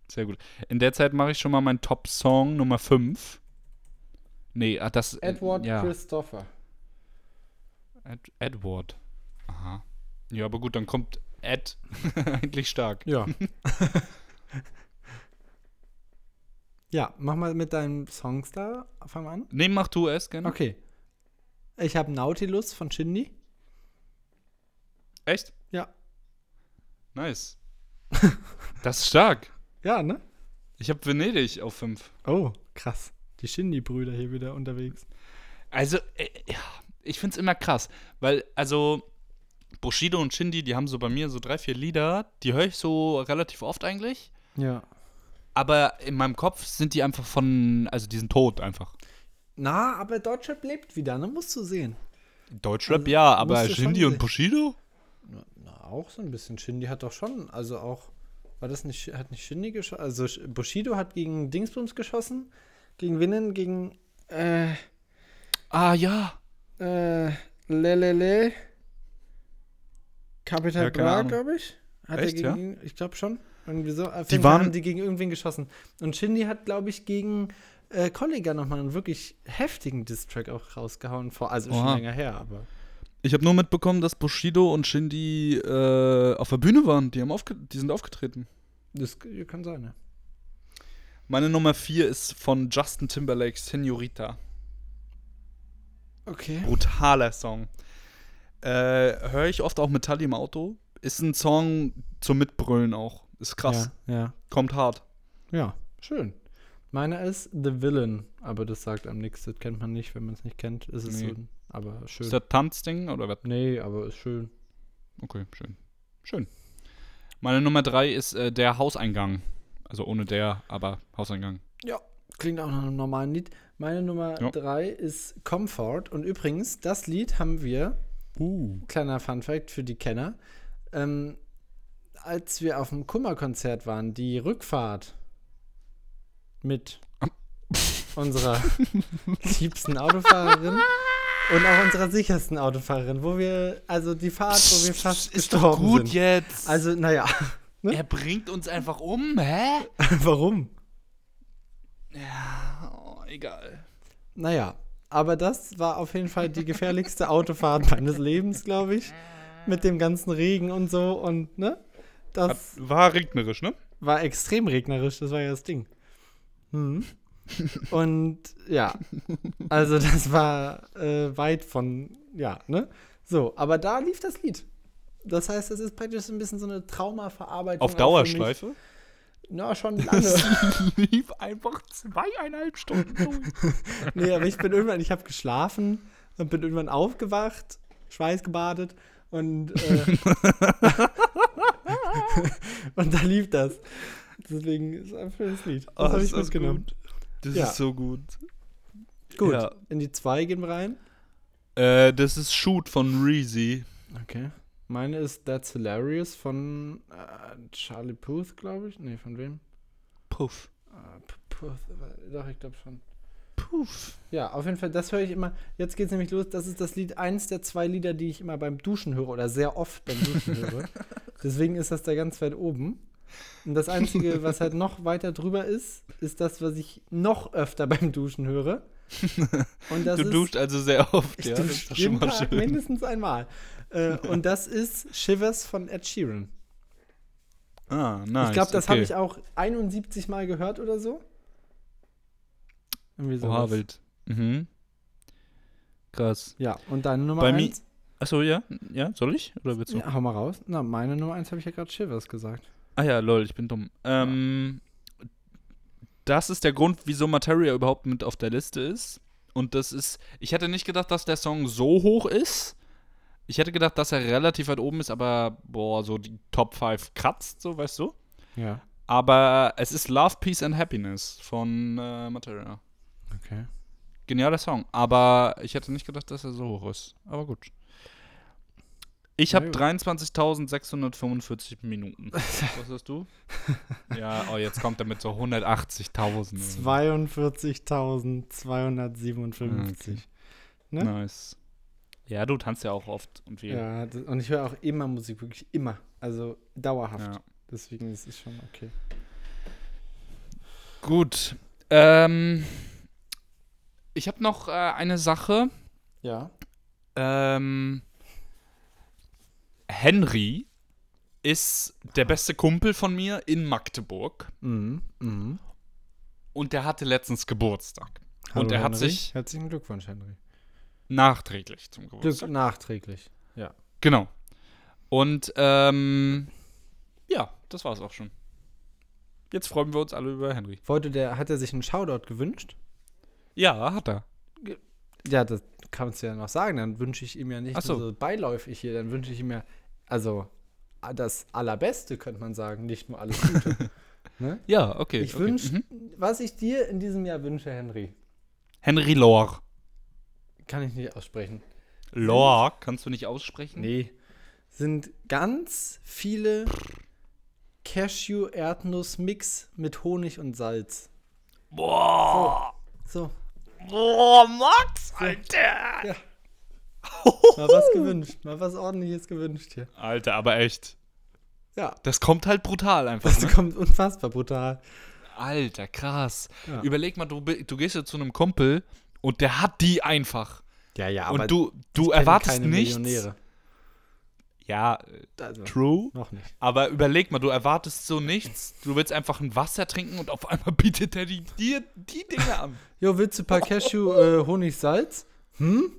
B: Sehr gut. In der Zeit mache ich schon mal meinen Top-Song Nummer 5. Nee, ah, das
A: Edward
B: ja.
A: Christopher.
B: Ed Edward. Aha. Ja, aber gut, dann kommt Ed *laughs* eigentlich stark.
A: Ja. *laughs* ja, mach mal mit deinem Songs da. Fang mal an.
B: Nee, mach du es gerne.
A: Okay. Ich habe Nautilus von Shindy.
B: Echt?
A: Ja.
B: Nice. das ist stark.
A: Ja, ne?
B: Ich habe Venedig auf 5.
A: Oh, krass. Die Shindy-Brüder hier wieder unterwegs.
B: Also, äh, ja, ich find's immer krass, weil, also, Bushido und Shindy, die haben so bei mir so drei, vier Lieder, die höre ich so relativ oft eigentlich,
A: Ja.
B: aber in meinem Kopf sind die einfach von, also die sind tot einfach.
A: Na, aber Deutschland lebt wieder, ne? Musst du sehen.
B: Deutschrap,
A: Also,
B: ja, aber
A: musst du schon
B: Shindy und
A: sehen.
B: Bushido?
A: Na, auch so ein bisschen. Shindy hat doch schon, also auch, war das nicht, hat nicht Shindy geschossen? Also Sch- Bushido hat gegen Dingsbums geschossen, gegen Winnen, gegen, äh,
B: Ah, ja.
A: äh, Lelele, Capital
B: Ja, keine
A: Bra,
B: Ahnung.
A: glaube ich. Hat
B: Echt,
A: er
B: ja?
A: gegen, ich glaube schon. Irgendwie so. Auf
B: Die
A: jeden Fall
B: waren-
A: haben die gegen irgendwen geschossen. Und Shindy hat, glaube ich, gegen äh, Kollega nochmal einen wirklich heftigen Diss-Track auch rausgehauen. Vor, also schon
B: Oha.
A: länger her, aber.
B: Ich habe nur mitbekommen, dass Bushido und Shindy äh, auf der Bühne waren. Die, haben aufge die sind aufgetreten.
A: Das k- kann sein, ja.
B: Meine Nummer 4 ist von Justin Timberlake, Senorita.
A: Okay.
B: Brutaler Song. Äh, Höre ich oft auch mit Tali im Auto. Ist ein Song zum Mitbrüllen auch. Ist krass.
A: Ja, ja.
B: Kommt hart.
A: Ja, schön. Meiner ist The Villain, aber das sagt einem nichts. Das kennt man nicht, wenn man es nicht kennt. Ist es
B: Nee.
A: so, ein- aber schön.
B: Ist das Tanzding oder was?
A: nee, aber ist schön.
B: Okay, schön. Schön. Meine Nummer drei ist äh, der Hauseingang. Also ohne der, aber Hauseingang.
A: Ja, klingt auch nach einem normalen Lied. Meine Nummer
B: Ja.
A: drei ist Comfort. Und übrigens, das Lied haben wir,
B: Uh.
A: kleiner Funfact für die Kenner, ähm, als wir auf dem Kummerkonzert waren, die Rückfahrt
C: *laughs*
A: mit unserer liebsten Autofahrerin und auch unserer sichersten Autofahrerin, wo wir, also die Fahrt, wo wir fast
C: Ist doch
A: gestorben
C: gut
A: sind.
C: jetzt.
A: Also, naja,
C: *laughs* er bringt uns einfach um, hä?
A: warum?
C: Ja, oh, egal.
A: Naja, aber das war auf jeden Fall die gefährlichste Autofahrt meines Lebens, glaube ich. Mit dem ganzen Regen und so und, ne? Das
B: War regnerisch, ne?
A: war extrem regnerisch, das war ja das Ding. Hm. Und ja, also das war äh, weit von, ja, ne? So, aber da lief das Lied. Das heißt, es ist praktisch so ein bisschen so eine Traumaverarbeitung.
B: Auf
A: auch für
B: Dauerschleife.
A: mich. Na, schon lange.
B: *laughs*
A: *laughs*
B: Lief einfach zweieinhalb Stunden *laughs* durch.
A: Nee, aber ich bin irgendwann, ich habe geschlafen und bin irgendwann aufgewacht, schweißgebadet und, äh, *laughs* und da lief das. Deswegen ist ein schönes Lied. Das
B: Oh,
A: habe ich mitgenommen.
B: Gut. Das
A: Ja.
B: ist so gut.
A: Gut,
B: Ja.
A: in die zwei gehen wir rein.
B: Äh, das ist Shoot von Reezy.
A: Okay. Meine ist That's Hilarious von äh, Charlie Puth, glaube ich. Nee, von wem?
B: Puff.
A: Äh, P- Puth, äh, doch, ich glaube schon.
B: Puff.
A: Ja, auf jeden Fall, das höre ich immer. Jetzt geht's nämlich los. Das ist das Lied, eins der zwei Lieder, die ich immer beim Duschen höre oder sehr oft beim
B: *laughs*
A: Duschen höre. Deswegen ist das da ganz weit oben. Und das
B: *laughs*
A: Einzige, was halt noch weiter drüber ist, ist das, was ich noch öfter beim Duschen
B: *laughs*
A: höre. Und das
B: Du
A: ist,
B: duscht also sehr oft,
A: ich
B: ja. Das
A: dusche
B: ist doch
A: jeden
B: schon mal
A: Tag
B: schön.
A: mindestens einmal.
B: *laughs*
A: Äh, und das ist Shivers von Ed Sheeran.
B: Ah, nice.
A: ich glaube, das
B: okay.
A: habe ich auch 71 Mal gehört oder so. Irgendwie
B: Oha,
A: sowas.
B: wild. Mhm. Krass.
A: ja, und deine Nummer
B: Bei mir-
A: eins?
B: Achso, ja? Ja, soll ich? Oder willst du?
A: Ja, hau mal raus. Na, meine Nummer 1 habe ich ja gerade Shivers gesagt.
B: Ah ja, lol, ich bin dumm. Ähm, das ist der Grund, wieso Materia überhaupt mit auf der Liste ist. Und das ist, ich hätte nicht gedacht, dass der Song so hoch ist. Ich hätte gedacht, dass er relativ weit oben ist, aber boah, so die Top 5 kratzt, so weißt du.
A: Ja,
B: Aber es ist Love, Peace and Happiness von äh, Materia.
A: okay.
B: Genialer Song, aber ich hätte nicht gedacht, dass er so hoch ist. Aber gut. Ich
A: Na
B: habe
A: gut.
B: 23.645
A: *laughs*
B: Minuten. Was hast du? ja, oh, jetzt kommt er mit so 180.000. oder
A: 42.257.
B: Ah, Okay. so.
A: ne?
B: Nice. Ja, du tanzt ja auch oft und viel.
A: Ja, das, und ich höre auch immer Musik, wirklich immer. Also dauerhaft.
B: Ja.
A: Deswegen ist es schon okay.
B: Gut. Ähm, ich habe noch äh, eine Sache.
A: Ja.
B: Ähm, Henry ist der
A: Ah.
B: beste Kumpel von mir in Magdeburg.
A: Mhm. Mhm.
B: Und der hatte letztens Geburtstag. und er hat sich
A: Herzlichen Glückwunsch, Henry.
B: nachträglich zum
A: Glück
B: Geburtstag.
A: nachträglich.
B: Genau. Und ähm, ja, das war's auch schon. Jetzt freuen wir uns alle über Henry.
A: Wollte der, hat er sich einen Shoutout gewünscht?
B: Ja, hat er.
A: Ja, das kannst du ja noch sagen. Dann wünsche ich ihm ja nicht
B: Ach so.
A: nur so beiläufig hier, dann wünsche ich ihm ja, also a- das Allerbeste könnte man sagen, nicht nur alles Gute.
B: Ja, okay.
A: Ich
B: okay.
A: wünsche,
B: Mhm.
A: was ich dir in diesem Jahr wünsche, Henry,
B: Henry Lor.
A: kann ich nicht aussprechen.
B: Lor, kannst du nicht aussprechen?
A: Nee. Sind ganz viele Cashew-Erdnuss-Mix mit Honig und Salz.
B: Boah.
A: So,
B: Boah, Max, Alter. *laughs*
A: mal was gewünscht, mal was ordentliches gewünscht hier.
B: Alter, aber echt.
A: Ja,
B: Das kommt halt brutal einfach.
A: das
B: ne?
A: kommt unfassbar brutal.
B: *laughs* Alter, krass.
A: Ja.
B: Überleg mal, du, bi- du gehst jetzt zu einem Kumpel und der hat die einfach.
A: Ja, ja,
B: und du, du
A: kenn
B: erwartest
A: keine
B: nichts.
A: Millionäre.
B: Ja, äh,
A: Also,
B: true.
A: noch nicht.
B: Aber überleg mal, du erwartest so nichts. Du willst einfach ein Wasser trinken und auf einmal *laughs* bietet er die- dir die Dinge an.
A: Jo, willst du ein
B: Oh.
A: paar Cashew, äh, Honig, Salz? Hm?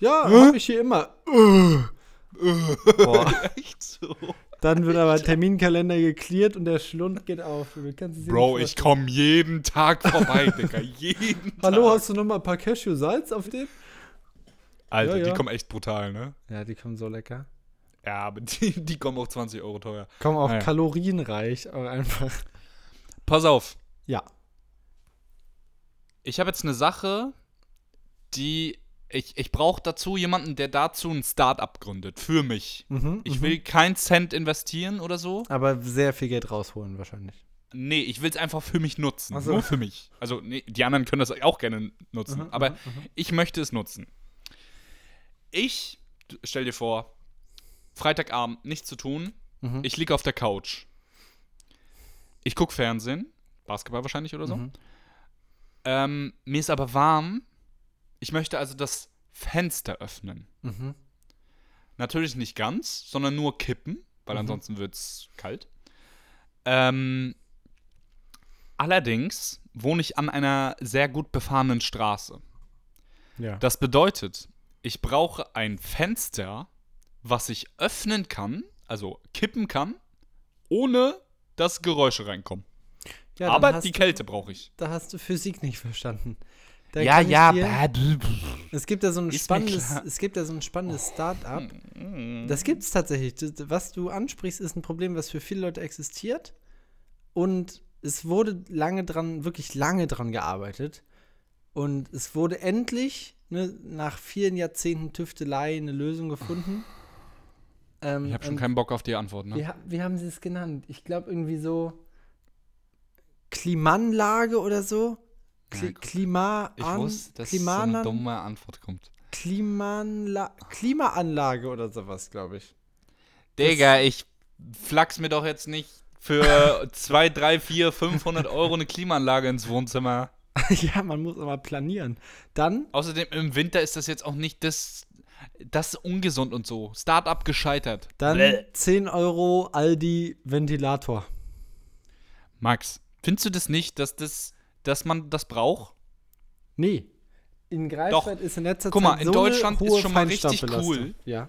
A: Ja, hab ich hier immer.
B: Boah. Echt so.
A: Dann wird aber Terminkalender geklärt und der Schlund geht auf. Du kannst es dir
B: Bro,
A: nicht
B: ich komme jeden Tag
A: *laughs*
B: vorbei, Digga. Jeden
A: vorstellen. Hallo, hast du noch mal ein paar Cashew-Salz auf dem?
B: Alter,
A: Ja, ja.
B: die kommen echt brutal, ne?
A: Ja, die kommen so lecker.
B: Ja, aber die, die kommen auch 20 Euro teuer.
A: Kommen auch
B: Naja.
A: kalorienreich, aber einfach.
B: Pass auf.
A: Ja.
B: Ich habe jetzt eine Sache, die. Ich, ich brauche dazu jemanden, der dazu ein Start-up gründet. Für mich.
A: Mhm,
B: Ich
A: mhm.
B: will keinen Cent investieren oder so.
A: Aber sehr viel Geld rausholen wahrscheinlich.
B: Nee, ich will es einfach für mich nutzen.
A: Ach so.
B: Nur für mich. Also, nee, die anderen können das auch gerne nutzen.
A: Mhm,
B: aber ich möchte es nutzen. Ich, du- stell dir vor, Freitagabend nichts zu tun.
A: Mhm.
B: Ich liege auf der Couch. Ich gucke Fernsehen. Basketball wahrscheinlich oder so.
A: Mhm.
B: Ähm, mir ist aber warm. Ich möchte also das Fenster öffnen.
A: Mhm.
B: Natürlich nicht ganz, sondern nur kippen, weil
A: Mhm.
B: ansonsten wird es kalt. Ähm, allerdings wohne ich an einer sehr gut befahrenen Straße.
A: Ja.
B: Das bedeutet, ich brauche ein Fenster, was ich öffnen kann, also kippen kann, ohne dass Geräusche reinkommen.
A: ja dann
B: aber
A: hast
B: die
A: du-
B: Kälte brauche ich.
A: Da hast du Physik nicht verstanden. Da kann ich dir- Es gibt da so ein
B: Ist mir
A: spannendes,
B: klar. Oh.
A: es gibt da so ein spannendes Start-up. Das gibt es tatsächlich. Das- Was du ansprichst, ist ein Problem, was für viele Leute existiert. Und es wurde lange dran, wirklich lange dran gearbeitet. Und es wurde endlich ne, nach vielen Jahrzehnten Tüftelei eine Lösung gefunden. Ähm,
B: Ich habe schon
A: und
B: keinen Bock auf die Antwort, ne?
A: wie, ha- wie haben sie es genannt? Ich glaube irgendwie so Klimanlage oder so. Kli
B: Ja, guck.
A: Klima
B: Ich wusste, dass so eine dumme Antwort kommt.
A: Klimaanla Klimaanlage oder sowas, glaube ich.
B: Digga, ich flachs mir doch jetzt nicht
A: *laughs*
B: für 2, 3, 4, 500 Euro eine Klimaanlage ins Wohnzimmer.
A: *laughs* ja, man muss aber planieren. Dann,
B: Außerdem, im Winter ist das jetzt auch nicht das, das ist ungesund und so. Startup gescheitert.
A: dann
B: Bläh.
A: 10 Euro Aldi Ventilator.
B: Max, findest du das nicht, dass, das, dass man das braucht?
A: Nee. In Greifswald ist in letzter
B: Guck mal,
A: Zeit
B: in
A: so
B: Deutschland
A: eine
B: ist
A: hohe
B: schon mal richtig
A: Feinstaubbelastung.
B: cool.
A: Ja.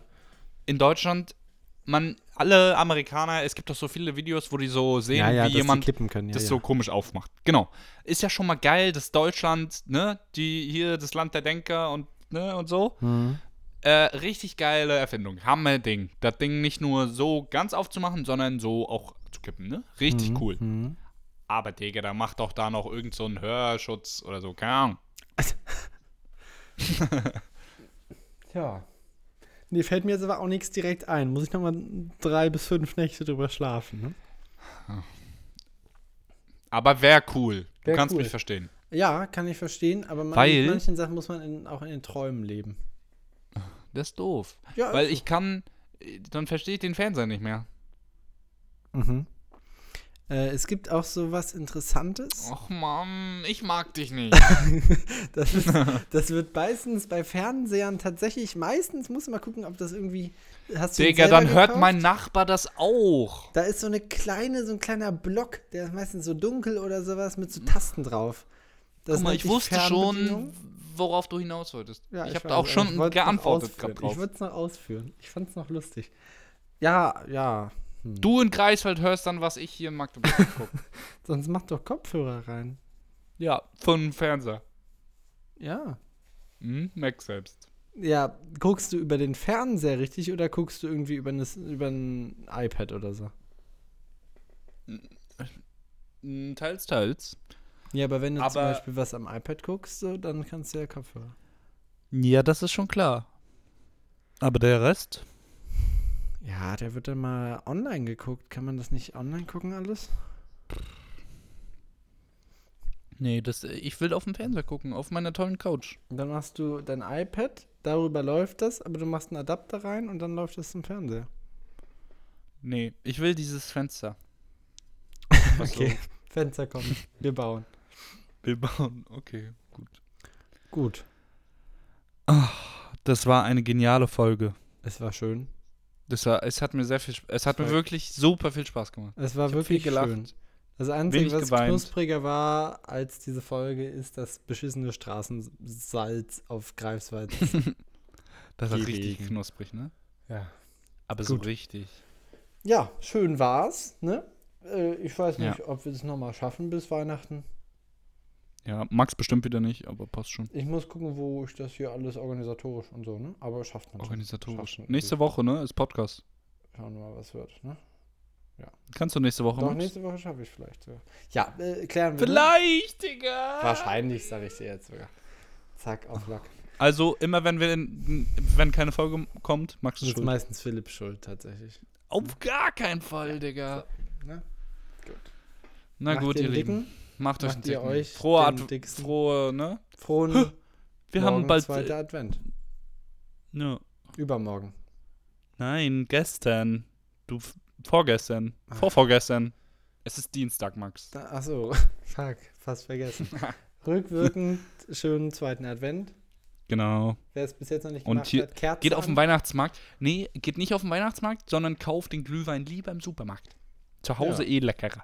B: In Deutschland, man, alle Amerikaner, es gibt doch so viele Videos, wo die so sehen,
A: ja, ja,
B: wie jemand
A: kippen können. Ja,
B: das so komisch aufmacht. Genau. Ist ja schon mal geil, dass Deutschland, ne, die hier das Land der Denker und ne und so.
A: Mhm.
B: Äh, richtig geile Erfindung. Hammer-Ding. Das Ding nicht nur so ganz aufzumachen, sondern so auch zu kippen, ne? Richtig
A: Mhm.
B: cool. Aber Digga, da macht doch da noch irgend so einen Hörschutz oder so. Keine Ahnung.
A: ja. Nee, fällt mir jetzt aber auch nichts direkt ein. Muss ich nochmal drei bis fünf Nächte drüber schlafen. Ne?
B: Aber wär cool. Du
A: Wär
B: kannst
A: cool.
B: mich verstehen.
A: Ja, kann ich verstehen, aber man,
B: Weil-
A: manchen Sachen muss man in, auch in den Träumen leben.
B: Das ist doof.
A: Ja,
B: Weil
A: ist
B: ich kann, äh, dann verstehe ich den Fernseher nicht mehr.
A: Mhm. Äh, es gibt auch so was Interessantes.
B: Och Mann, ich mag dich nicht.
A: *laughs* Das,
B: *laughs*
A: ist, das wird meistens bei Fernsehern tatsächlich, meistens muss man gucken, ob das irgendwie. Hast du ihn
B: Digga,
A: selber
B: dann hört
A: gekauft?
B: mein Nachbar das auch.
A: Da ist so eine kleine, so ein kleiner Block, der ist meistens so dunkel oder sowas mit so Tasten drauf. Das
B: Guck mal,
A: nennt
B: ich
A: sich
B: wusste schon,
A: Fernbedienung.
B: worauf du hinaus wolltest.
A: Ja,
B: ich habe
A: weiß,
B: da auch
A: aber
B: schon
A: wollt's noch
B: geantwortet
A: ausführen.
B: grad drauf.
A: Ich wollte es noch ausführen. Ich fand es noch lustig. Ja, ja.
B: Du in Greifswald hörst dann, was ich hier in Magdeburg *laughs* gucke.
A: Sonst mach doch Kopfhörer rein.
B: ja, von Fernseher.
A: Ja.
B: Hm? Merk selbst.
A: Ja, guckst du über den Fernseher richtig oder guckst du irgendwie über, ne, über ein iPad oder so?
B: Hm, Teils, teils.
A: Ja, aber wenn du zum
B: Aber-
A: Beispiel was am iPad guckst, so, dann kannst du ja Kopfhörer.
C: Ja, das ist schon klar. Aber der Rest?
A: Ja, der wird dann mal online geguckt. Kann man das nicht online gucken alles?
B: Nee, das, ich will auf dem Fernseher gucken, auf meiner tollen Couch.
A: Und dann machst du dein iPad, darüber läuft das, aber du machst einen Adapter rein und dann läuft das zum Fernseher.
B: Nee, ich will dieses Fenster. Was
A: Okay. Fenster kommen. Wir bauen.
B: So, *laughs* wir bauen. Okay, gut.
A: Gut.
B: Das war eine geniale Folge.
A: Es war schön.
B: Das war, es hat mir sehr viel, Sp- es hat mir
A: Voll.
B: wirklich super viel Spaß gemacht.
A: Es war
B: Ich hab
A: wirklich
B: viel gelacht.
A: schön. Das Einzige,
B: Wenig
A: was
B: geweint.
A: knuspriger war als diese Folge, ist das beschissene Straßensalz auf
B: *laughs*
A: Greifswald.
B: Das war
A: Die
B: richtig
A: Wegen.
B: knusprig, ne?
A: ja.
B: Aber
A: so
B: so richtig.
A: Ja, schön war's, ne? Äh, ich weiß
B: Ja.
A: nicht, ob wir es nochmal schaffen bis Weihnachten.
B: Ja, Max bestimmt wieder nicht, aber passt schon.
A: Ich muss gucken, wo ich das hier alles organisatorisch und so, ne? Aber schafft man schon.
B: Organisatorisch.
A: Schaffen wir.
B: Nächste Woche, ne? Ist Podcast.
A: Schauen wir mal, was wird, ne?
B: Kannst du nächste Woche,
A: Doch,
B: Max?
A: nächste Woche schaffe ich vielleicht sogar. Ja, äh, klären wir. ne?
B: Vielleicht, Digga!
A: Wahrscheinlich, sage ich dir jetzt sogar. Zack, auf Lack.
B: Also, immer wenn wir in, wenn keine Folge kommt,
A: Das
B: Max ist
A: ist
B: schuld.
A: meistens Philipp schuld, tatsächlich.
B: Auf gar keinen Fall, Digga.
A: Ne?
B: Na
A: Macht
B: gut,
A: den
B: ihr Lieben.
A: Dicken.
B: Macht
A: Macht
B: euch einen
A: ihr
B: Dicken.
A: euch
B: frohe,
A: den
B: Ad
A: dicksten.
B: frohe, ne?
A: Frohen
B: Wir
A: morgen
B: haben bald. äh,
A: zweiter Advent.
B: Ja.
A: Übermorgen.
B: Nein, gestern. Du f- vorgestern.
A: Ah.
B: Vorvorgestern. Es ist Dienstag, Max.
A: Achso, *laughs* fuck, fast
B: *laughs*
A: vergessen. Rückwirkend schönen zweiten Advent.
B: Genau.
A: Wer es bis jetzt noch nicht
B: Und
A: gemacht
B: hier-
A: hat, Kerzen
B: Geht auf den
A: an.
B: Weihnachtsmarkt. Nee, geht nicht auf den Weihnachtsmarkt, sondern kauft den Glühwein lieber im Supermarkt. Zu Hause eh leckerer.